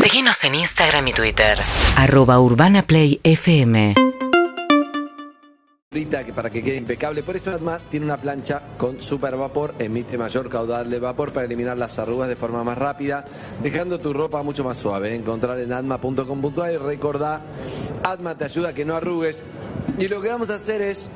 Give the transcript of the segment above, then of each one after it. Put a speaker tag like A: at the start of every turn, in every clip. A: Seguinos en Instagram y Twitter.
B: Arroba Urbana Play FM.
C: Ahorita que para que quede impecable, por eso Atma tiene una plancha con super vapor, emite mayor caudal de vapor para eliminar las arrugas de forma más rápida, dejando tu ropa mucho más suave. Encontrar en atma.com.ar y recordá, Atma te ayuda a que no arrugues. Y lo que vamos a hacer es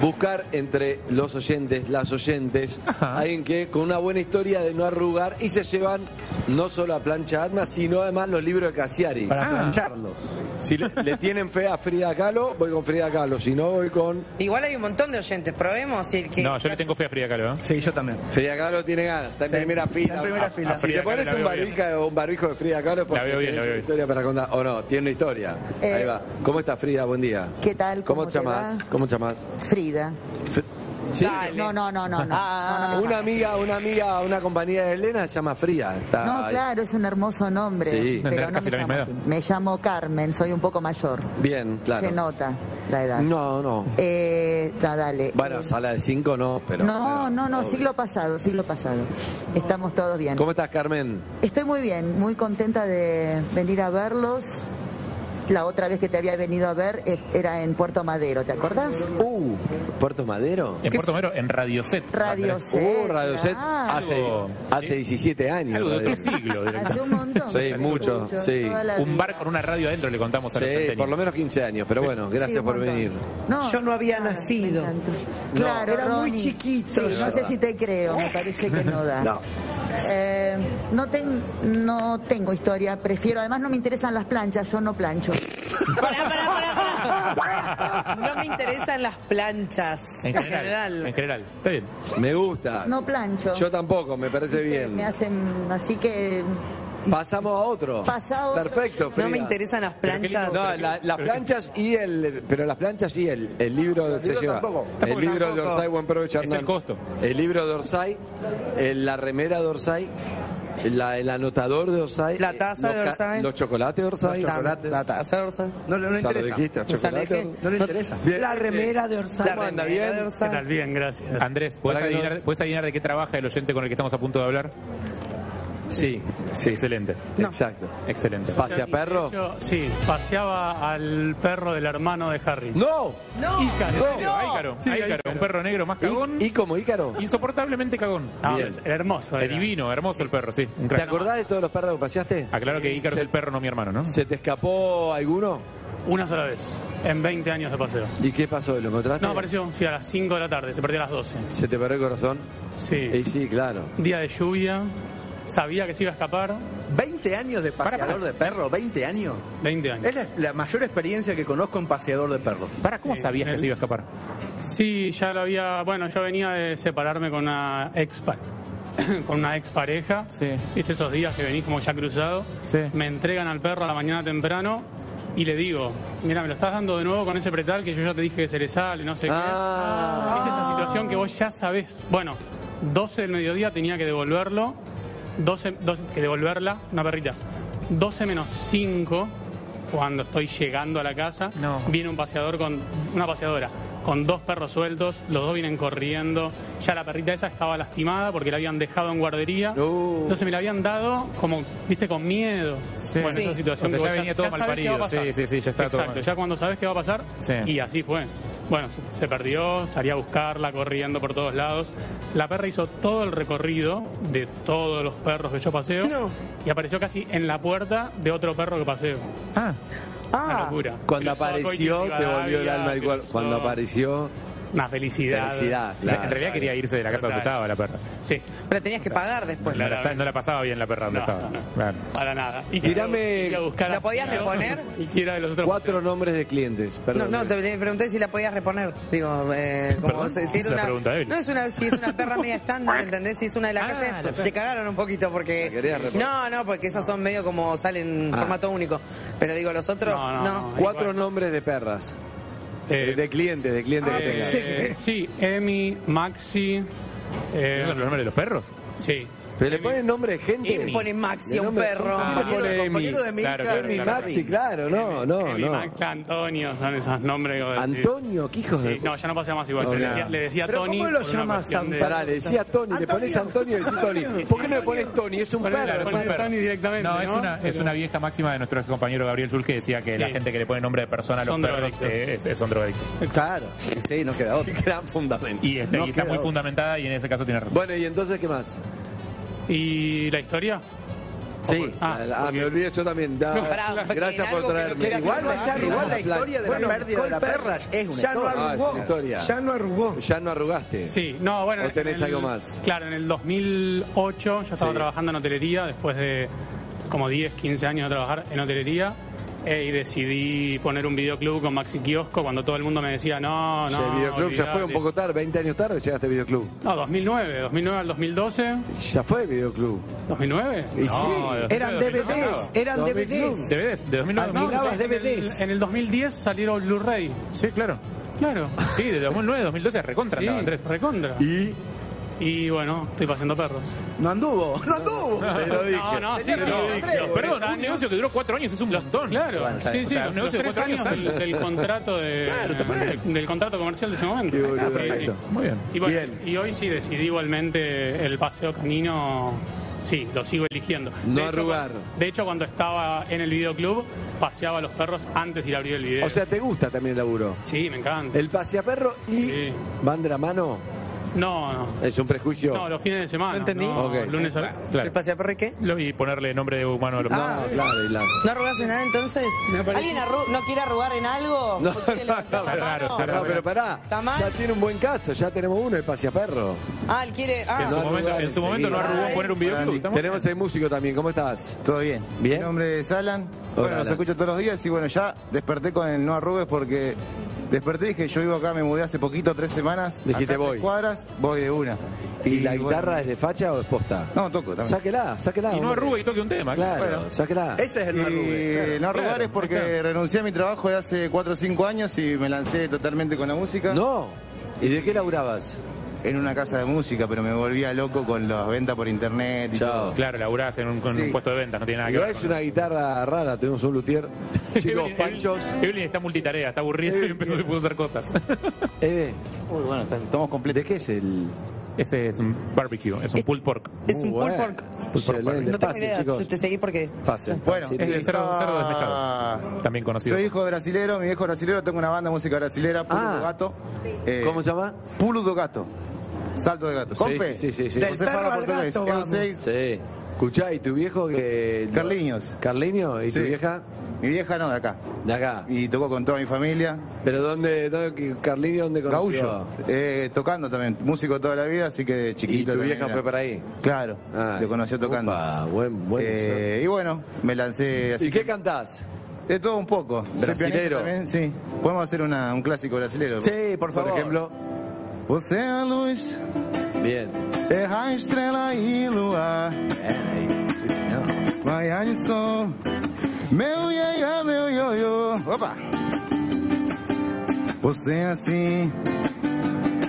C: buscar entre los oyentes, las oyentes, alguien que con una buena historia de no arrugar y se llevan no solo a plancha Atma, sino además los libros de Cassiari.
D: Para plancharlo.
C: Si le, le tienen fe a Frida Kahlo, voy con Frida Kahlo. Si no, voy con.
E: Igual hay un montón de oyentes, probemos. y el que
F: No, yo le tengo fe a Frida Kahlo. ¿eh?
D: Sí, yo también.
C: Frida Kahlo tiene ganas, está en
D: Sí,
C: primera
D: está
C: fila. Ah,
D: en primera fila.
C: Si
F: Frida
C: te
F: Kahlo
C: pones
F: la
C: un
F: veo bien.
C: barbijo, un barbijo de Frida Kahlo, es porque
F: veo bien,
C: tenés
F: la veo
C: una
F: bien.
C: historia para contar. O no, tiene una historia. Ahí va. ¿Cómo está Frida? Buen día.
G: Eh, ¿Qué tal?
C: ¿Cómo,
G: ¿Cómo
C: te
G: te
C: llamás?
G: va?
C: ¿Cómo te llamás?
G: Frida.
C: Fr- Sí.
G: No, no, no, no, no. No, no, me
C: Una
G: sale.
C: amiga, una amiga, una compañía de Elena se llama Frida. Está
G: No,
C: ahí.
G: claro, es un hermoso nombre.
C: Sí.
G: Pero
F: Tener
G: no
F: casi
G: me
F: la
G: llamo
F: misma
G: así. Me llamo Carmen, soy un poco mayor.
C: Bien, claro.
G: Se nota la edad.
C: No, no.
G: Eh, da, dale.
C: Bueno,
G: Eh,
C: sala de cinco no, pero.
G: no, no, no,
C: obvio.
G: siglo pasado, siglo pasado. Estamos todos bien.
C: ¿Cómo estás, Carmen?
G: Estoy muy bien, muy contenta de venir a verlos. La otra vez que te había venido a ver eh, era en Puerto Madero, ¿te acordás?
C: Uh, Puerto Madero.
F: En Puerto Madero, en Radio Set.
G: Radio
F: Andrés.
G: Set.
C: Uh, Radio Set
G: claro.
C: hace, hace 17 años.
F: Algo de otro
C: Radio Set.
F: siglo.
G: Hace
F: directamente.
G: un montón.
C: Sí, mucho, sí.
G: toda la
F: Un
G: vida.
F: bar con una radio adentro le contamos a los
C: Sí,
F: centenios.
C: por lo menos 15 años, pero bueno, gracias
G: Sí, un
C: por
G: montón.
C: venir.
E: Yo no había
G: me
E: nacido.
G: encanta. Claro,
E: Era muy
G: Ronnie.
E: chiquito.
G: Sí,
E: Es
G: no sé
C: verdad.
G: si te creo, me parece que no da.
C: No.
G: Eh, no, ten- no tengo historia, prefiero, además no me interesan las planchas, yo no plancho.
E: Pará, pará, pará, pará. No me interesan las planchas.
F: En general. En general. Está bien.
C: Me gusta.
G: No plancho.
C: Ah. Yo tampoco, me parece bien.
G: Me hacen, así que
C: Pasamos a otro.
G: Pasamos.
C: Perfecto, Frida.
E: No me interesan las planchas.
C: No, la- las planchas y el. Pero las planchas y el, el libro de se
D: libros
C: lleva.
D: tampoco.
C: El libro de Orsay, buen provecho,
F: Es el
C: Hernán.
F: costo.
C: El libro de Orsay, el- la remera de Orsay, la- el anotador de Orsay,
E: La
C: eh,
E: taza
C: los
E: de
C: ca-
E: Orsay.
C: los chocolates de Orsay.
D: Los chocolates.
E: La taza de Orsay.
D: No, no, no le
C: Ya lo
D: interesa.
C: dijiste,
D: No
E: chocolate.
D: sale que- No le interesa.
C: Bien,
E: La
C: eh,
E: remera de Orsay.
C: ¿cómo anda,
E: La remera
C: bien?
E: de Orsay.
H: bien, gracias.
F: Andrés, ¿puedes
C: Para que no-
F: adivinar, puedes adivinar de qué trabaja el oyente con el que estamos a punto de hablar?
C: Sí, sí.
F: Excelente.
C: Exacto.
F: Excelente.
C: ¿Pase a perro?
H: Yo, sí, paseaba al perro del hermano de Harry.
C: ¡No!
E: No,
H: Ícaro.
F: ¿En serio? Ícaro,
H: Sí,
F: Ícaro,
H: Ícaro.
F: un perro negro más cagón.
C: ¿Y, y como Ícaro?
F: Insoportablemente cagón. Ah,
H: No,
C: Bien.
H: es hermoso.
F: Es
H: era.
F: divino, hermoso el perro, sí. Un
C: ¿Te
F: crack.
C: acordás de todos los perros que paseaste?
F: Aclaro que Ícaro
C: Sí.
F: es el perro, no mi hermano, ¿no?
C: ¿Se te escapó alguno?
H: Una sola vez, en 20 años de paseo.
C: ¿Y qué pasó? ¿Lo encontraste?
H: No, apareció, sí, a las 5 de la tarde, se perdió a las 12.
C: ¿Se te perdió el corazón? Y
H: Sí.
C: sí, claro.
H: Día de lluvia, sabía que se iba a escapar,
D: 20 años de paseador de perro, 20 años.
H: 20 años.
D: Es la, la mayor experiencia que conozco en paseador de perro.
F: Para, ¿cómo sabías que se iba a escapar?
H: Sí, ya lo había, bueno, yo venía de separarme con una ex con una ex pareja.
F: Sí.
H: Viste esos días que venís como ya cruzado.
F: Sí.
H: Me entregan al perro a la mañana temprano y le digo, mira, me lo estás dando de nuevo con ese pretal que yo ya te dije que se le sale, no sé qué.
F: Ah.
H: Viste esa situación que vos ya sabés. Bueno, 12 del mediodía tenía que devolverlo, 12, 12 que devolverla, una perrita. 12 menos 5, cuando estoy llegando a la casa,
F: No.
H: viene un paseador con una paseadora con dos perros sueltos, los dos vienen corriendo. Ya la perrita esa estaba lastimada porque la habían dejado en guardería.
C: Uh.
H: Entonces me la habían dado como, viste, con miedo. Bueno,
F: Sí.
H: esa situación
F: O sea,
H: que
F: ya
H: vos
F: venía todo
H: sabés
F: malparido.
H: qué va a pasar.
F: Sí, sí, sí, ya estaba todo
H: Exacto,
F: mal.
H: ya cuando sabes qué va a pasar.
F: Sí.
H: Y así fue. Bueno, se, se perdió, salí a buscarla corriendo por todos lados. La perra hizo todo el recorrido de todos los perros que yo paseo.
E: No.
H: Y apareció casi en la puerta de otro perro que paseo.
F: Ah,
H: Una
E: Ah,
H: locura.
C: Cuando
H: Cruzó
C: apareció,
H: Coiti,
C: te volvió el
H: Rivadavia,
C: alma al cuerpo.
H: cruzó-
C: Cuando apareció,
H: Una felicidad.
C: felicidad.
F: en
C: Ah, claro.
F: realidad quería irse de la casa donde
H: Total.
F: estaba la perra.
H: Sí.
E: pero tenías que pagar después.
F: No la, está- no la pasaba bien la perra donde
H: No,
F: estaba.
H: no.
F: Claro.
H: Para nada. Y
C: Tirame-
H: que- que buscar
E: ¿La
H: a-
E: podías reponer?
H: Y que era de los otros.
C: Cuatro nombres de clientes.
E: No,
C: Perdón. eh.
E: no, te te pregunté si la podías reponer. Digo, eh, como
F: Perdón,
E: se si
F: es
E: era
F: una
E: una.
F: pregunta débil.
E: No, es una, si es una perra media estándar, ¿entendés? Si es una de la calle, te cagaron un poquito
C: La querías
E: porque.
C: reponer.
E: No, no, porque esas son medio como salen en
C: Ah.
E: formato único. Pero digo, los otros,
H: No, no,
E: no.
H: no.
C: Cuatro nombres de perras.
F: Eh,
C: de clientes, de clientes
H: Ah,
C: que tengas.
H: Eh, sí, Emi, Maxi. eh,
F: ¿Esos son los nombres de los perros?
H: sí.
C: Pero le ponen nombre de gente.
E: Y ponen Maxi
C: Le
E: a un
C: nombre-
E: perro.
C: Ah,
D: Compañero de-
F: Ponle Emi.
D: compañero de mi
F: Claro,
D: hija,
F: claro,
D: mi
C: Mi
F: claro.
D: Maxi.
C: Maxi, claro, no, no,
H: Emi,
C: no.
H: Max, Antonio, son esos nombres. que vos decís.
C: Antonio, qué hijos de.
H: Sí, no, ya no pasaba más igual.
C: No,
H: Se le
C: no.
H: decía, le decía
I: Pero
H: Tony.
I: ¿cómo lo
H: por una
I: llamas
H: cuestión de-
C: Pará, le decía Tony, le
E: Antonio.
C: pones Antonio y decís Tony. ¿Por qué no le pones Tony? Es un
H: Ponele-
C: perro, es un
H: ponele
C: perro.
H: Tony directamente.
F: No, es una, es
H: Pero-
F: una vieja máxima de nuestro compañero Gabriel Sul que decía que la
H: Sí.
F: gente que le pone nombre de persona a los
H: Son
F: perros
H: drogadictos.
F: eh, es- es- son drogadictos.
D: Claro, sí, no queda otra.
C: Gran fundamento.
F: Y, este,
D: No
F: y está
D: queda
F: muy
D: otra.
F: fundamentada y en ese caso tiene razón.
C: Bueno, ¿y entonces qué más?
H: ¿Y la historia?
C: Sí,
H: Ah,
C: ah,
H: ok.
C: me olvidé yo también. Da-
E: pará, porque en
C: gracias por
E: algo que no
C: traerme.
E: quiera
D: Igual,
E: hacer
D: la-
E: más.
D: igual la
C: plan-
D: historia de la pérdida de la perra es una
I: ya no
D: historia.
C: Ah, es
I: arrugó.
C: una historia.
I: ya no arrugó.
C: Ya no arrugaste.
H: Sí, no, bueno.
C: ¿O tenés
H: en el-
C: algo más?
H: Claro, en el 2008 yo estaba
C: Sí.
H: trabajando en hotelería después de como 10, 15 años de trabajar en hotelería. eh, y decidí poner un videoclub con Maxi Kiosco cuando todo el mundo me decía, no,
C: Che,
H: no.
C: videoclub ya fue un
H: olvidate".
C: poco tarde, 20 años tarde llegaste al videoclub.
H: No, 2009, 2009 al 2012.
C: Ya fue el videoclub.
H: ¿2009?
C: Y
F: No, de-
I: Eran
F: de- de-
I: DVDs, eran
C: Dos mil
I: DVDs.
F: DVDs, de 2009.
H: Ah, No,
I: Alquilabas
H: en el-
I: DVDs.
H: En el 2010 salieron Blu-ray.
F: Sí, claro.
H: Claro.
F: Sí, de 2009, 2012 recontra
H: Sí,
F: andaba, Andrés.
H: recontra.
C: Y
H: Y bueno, estoy pasando perros.
D: No anduvo, no anduvo.
H: No, no, sí,
D: Tenía razón,
H: pero- pero-
D: Andrés.
H: tres
F: Perdón,
H: años-
F: un negocio que duró cuatro años es un montón.
H: Claro, sí,
F: o
H: sí,
F: sea,
H: los-
F: un negocio
H: los
F: de
H: tres
F: cuatro
H: años
F: años
H: del, del contrato de,
F: Claro, te pones-
H: del, del contrato comercial de ese momento.
C: Qué boludo,
H: Sí, sí.
C: perfecto.
F: Muy bien.
H: Y, bueno,
C: Bien.
H: y hoy sí decidí igualmente el paseo canino, sí, lo sigo eligiendo. De
C: No
H: hecho,
C: arrugar.
H: cu- De hecho, cuando estaba en el videoclub, paseaba a los perros antes de ir a abrir el video.
C: o sea, ¿te gusta también el laburo?
H: sí, me encanta.
C: El paseaperro y
H: Sí.
C: van de la mano
H: No, no.
C: es un prejuicio.
H: No, los fines de semana.
E: No entendí.
C: Ok.
H: Lunes a...
F: Claro.
E: ¿El paseaperro y qué?
F: Lo- Y ponerle nombre de humano a los
C: No, Ah, claro, y la-
E: ¿No arrugas en nada entonces?
H: Me parece-
E: ¿Alguien arru- no quiere arrugar en algo?
C: No,
E: ¿Por qué
C: no,
E: le levantó
C: no,
E: la
C: está
F: raro,
E: mano?
F: está
C: No, pero pará,
E: ¿Está mal?
C: ya tiene un buen caso, ya tenemos uno, el paseaperro.
E: Ah, él quiere. Ah,
F: En su momento, en su momento no arrugó poner un videoclub. ¿estamos?
C: Tenemos el músico también, ¿cómo estás?
J: Todo bien.
C: Bien.
J: Mi nombre es Alan.
C: Hola,
J: bueno, los
C: Alan.
J: escucho todos los días y bueno, ya desperté con el no arrugues porque desperté y dije, yo vivo acá, me mudé hace poquito, tres semanas.
C: Dijiste,
J: acá a tres
C: voy.
J: cuadras, voy de una.
C: ¿Y, la
J: bueno,
C: guitarra es de facha o es posta?
J: No, toco también.
C: Sáquela, sáquela.
F: Y no
C: hombre.
F: arrugue y toque un tema.
C: Claro,
F: Bueno.
C: sáquela.
D: Ese es el
J: Y
D: arrugue.
J: no arrugar
F: claro,
J: es porque
F: ahí está.
J: renuncié a mi trabajo de hace cuatro o cinco años y me lancé totalmente con la música.
C: No. ¿Y de qué laburabas?
J: En una casa de música, pero me volvía loco con las ventas por internet y todo.
C: Chao.
F: Claro, laburás en un, con
J: Sí.
F: un puesto de ventas, no tiene nada que
C: Igual
F: ver.
C: es
F: con-
C: una guitarra rara, tenemos un luthier. Chicos,
F: Evelyn-
C: panchos.
F: Evelyn está multitarea, está aburrida y empezó se puso a hacer cosas.
C: Eve,
J: Uy, bueno, estamos completos.
C: Eh. ¿de qué es el...?
F: Ese es un barbecue, es un pulled pork.
E: Es un
C: Muy
E: pulled
C: Uh, bueno.
E: pork.
C: Pulled pork.
E: no
C: Excelente.
E: tengo idea.
C: Pase, chicos.
E: Te eh, seguí porque.
C: Pase.
J: Bueno, eh,
C: pase.
F: Es de cerdo, cerdo desmechado. También conocido.
J: Soy hijo de brasilero, mi viejo brasilero, tengo una banda de música brasilera, Pulo
C: Ah.
J: do Gato. Eh,
C: ¿Cómo se llama?
J: Pulo do Gato. Salto de gato. Compe.
C: sí, sí, sí.
J: No
C: Del
J: se
I: perro
J: fala
I: al
J: portugués.
I: gato,
J: Eu
I: vamos.
J: sei.
C: Sí. Escuchá, ¿y tu viejo que...?
J: Carliños.
C: Carliño, ¿y tu
J: Sí.
C: vieja?
J: Mi vieja no, de acá.
C: De acá.
J: Y tocó con toda mi familia.
C: ¿Pero dónde, dónde Carliño, dónde conoció?
J: Gaullo. Eh, tocando también. Músico toda la vida, así que de
C: ¿Y
J: chiquito.
C: tu
J: también
C: vieja
J: era.
C: fue para ahí?
J: Claro.
C: Ah.
J: Lo conoció tocando.
C: Upa, buen, buen
J: Eh, y bueno, me lancé así.
C: ¿Y qué
J: que-
C: cantás?
J: De todo un poco. Soy pianista
C: Brasilero.
J: también, Sí. Podemos hacer una- un clásico brasilero.
D: Sí, por favor.
C: Por ejemplo.
J: Você é a luz,
C: Bien.
J: é a estrela e luar. Manhã de sol, meu iaia, meu ioiô. Opa! Você é assim,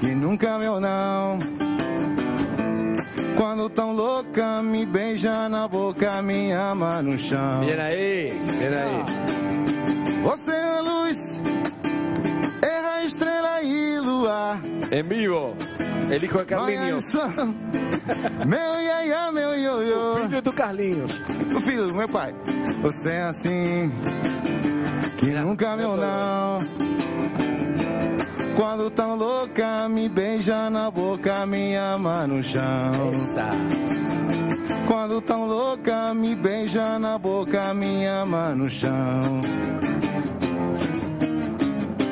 J: que nunca meu não. Quando tão louca, me beija na boca, me ama no chão.
C: Bien ahí. Bien ahí.
J: Você é a luz, é a estrela e luar.
C: En vivo. El hijo de
J: Manhã
C: Carliño.
J: de sol, meu iaia, meu ioiô.
C: Filho do Carlinhos.
J: O filho do meu pai. Você é assim, que
C: Era-
J: nunca meu não. Quando tão louca, me beija na boca, me ama no chão. Quando tão louca, me beija na boca, me ama no chão.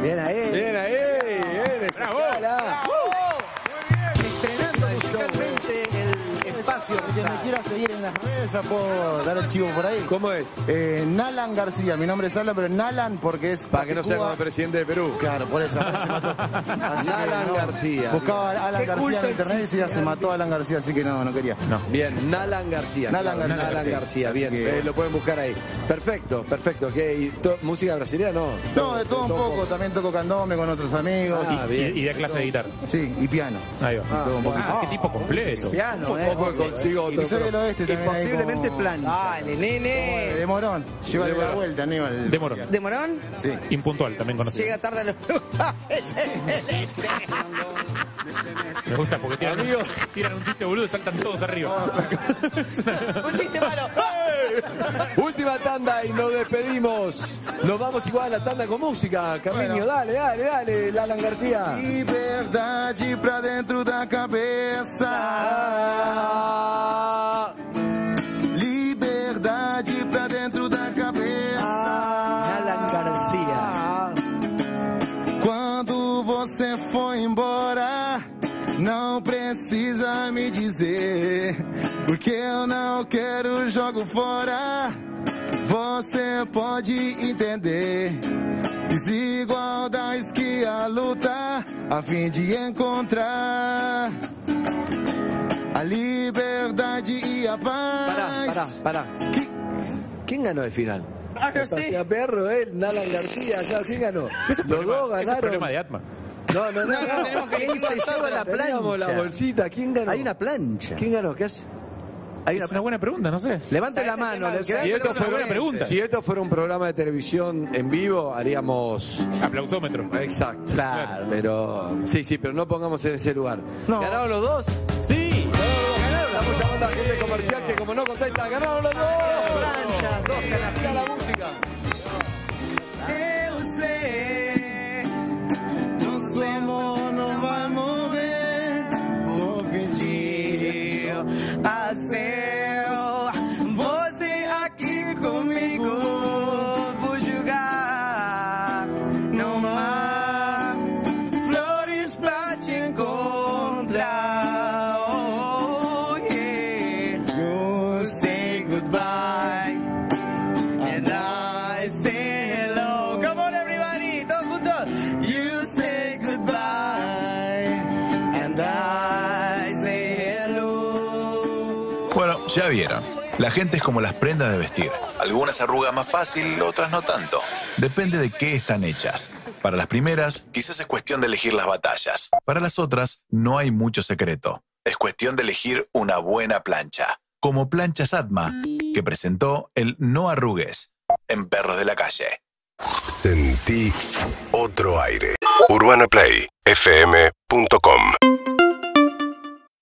D: Bien ahí.
C: Bien ahí. Bien. sacala.
D: Estrenando musicalmente el espacio.
I: Que me quiera seguir en las redes.
J: esa, puedo dar el chivo por ahí.
C: ¿Cómo es?
J: Eh, Nalan García, mi nombre es Alan, pero Nalan porque es.
C: Para que no sea como
J: Capicúa.
C: el presidente de Perú.
J: Claro, por eso. se mató. Así que
C: Alan
J: no.
C: García.
J: Buscaba a Alan
D: Qué
J: García
D: culto
J: en internet y decía, se mató a Alan García, así que no, no quería.
F: No.
C: Bien, Nalan García.
J: Nalan
C: Claro,
J: García.
C: Nalan García,
J: Así
C: bien,
J: que-
C: eh, lo pueden buscar ahí. Perfecto, perfecto. ¿Qué? ¿Y to- ¿Música brasileña? No.
J: No, de todo un poco, también toco candome con otros amigos.
C: Ah,
F: Y,
C: bien.
F: y da clase de guitarra.
J: Sí, y piano.
F: Ahí va.
J: Todo un poco.
F: Ah, qué tipo completo.
D: Piano,
C: Un
D: eh.
C: poco que consigo
J: Y
C: otro.
J: soy del oeste
D: Y
J: también. ahí
D: posiblemente
J: como-
D: plancha.
E: Dale, nene.
J: Eh, De Morón. Lleva de la vuelta, Aníbal.
F: De Morón.
E: ¿De Morón?
J: Sí.
F: Impuntual, también conocido.
E: Llega tarde a los
F: Me gusta porque tiran,
C: Amigo.
F: tiran un chiste boludo y saltan todos arriba.
E: Un chiste malo.
C: Última tanda y nos despedimos. Nos vamos igual a la tanda con música. Carminio, dale, dale, dale, Alan García.
J: Liberdade pra dentro da
C: Ah.
J: cabeça. Liberdade pra dentro da
C: ah,
J: cabeça.
D: Alan García.
J: Quando você for embora, não precisa me dizer, porque eu não quero jogo fora. Você pode entender. Desigualdades que a luta a fim de encontrar a liberdade e a paz.
C: Pará, pará, pará. ¿Qui- ¿Quién ganó el final?
E: Ah, no sé.
C: García Perro, él, Nalan García, claro, ¿quién ganó? Los dos
F: Ese es el
C: ganaron.
F: problema de Atma.
C: No, no, no,
E: No, no, tenemos que elegir
D: se lleva la
C: Teníamos la
D: plancha.
C: bolsita, ¿quién ganó?
D: Hay una plancha.
C: ¿Quién ganó? ¿Qué hace?
D: Hay una
F: Es una buena pregunta, no sé.
D: Levante la
E: ¿Sabes el
D: mano.
E: tema?
D: le-
E: ¿Sabes
C: Si esto,
F: Pero es una
C: fuera,
F: buena pregunta.
C: si esto fuera un programa de televisión en vivo, haríamos.
F: Aplausómetro.
C: Exacto.
D: Claro.
C: Pero. Sí, sí, pero no pongamos en ese lugar.
D: No.
C: ¿Ganaron los dos? Sí. Los dos ganaron. Estamos llamando a gente comercial que, como no contesta, ganaron los dos.
D: planchas, dos
C: Mira la música.
D: Eu sei.
J: Nosso amor não vai morrer. Vou pedir a seu você aqui comigo. Vou jogar no mar flores pra te encontrar. Oh, yeah. You say goodbye and I say hello. Come on, everybody, todos juntos. You say goodbye, and I say hello.
I: Bueno, ya vieron. La gente es como las prendas de vestir. Algunas arrugan más fácil, otras no tanto. Depende de qué están hechas. Para las primeras, quizás es cuestión de elegir las batallas. Para las otras, no hay mucho secreto. Es cuestión de elegir una buena plancha. Como Planchas Atma, que presentó el No Arrugues en Perros de la Calle.
K: Sentí otro aire. UrbanaPlayFM.com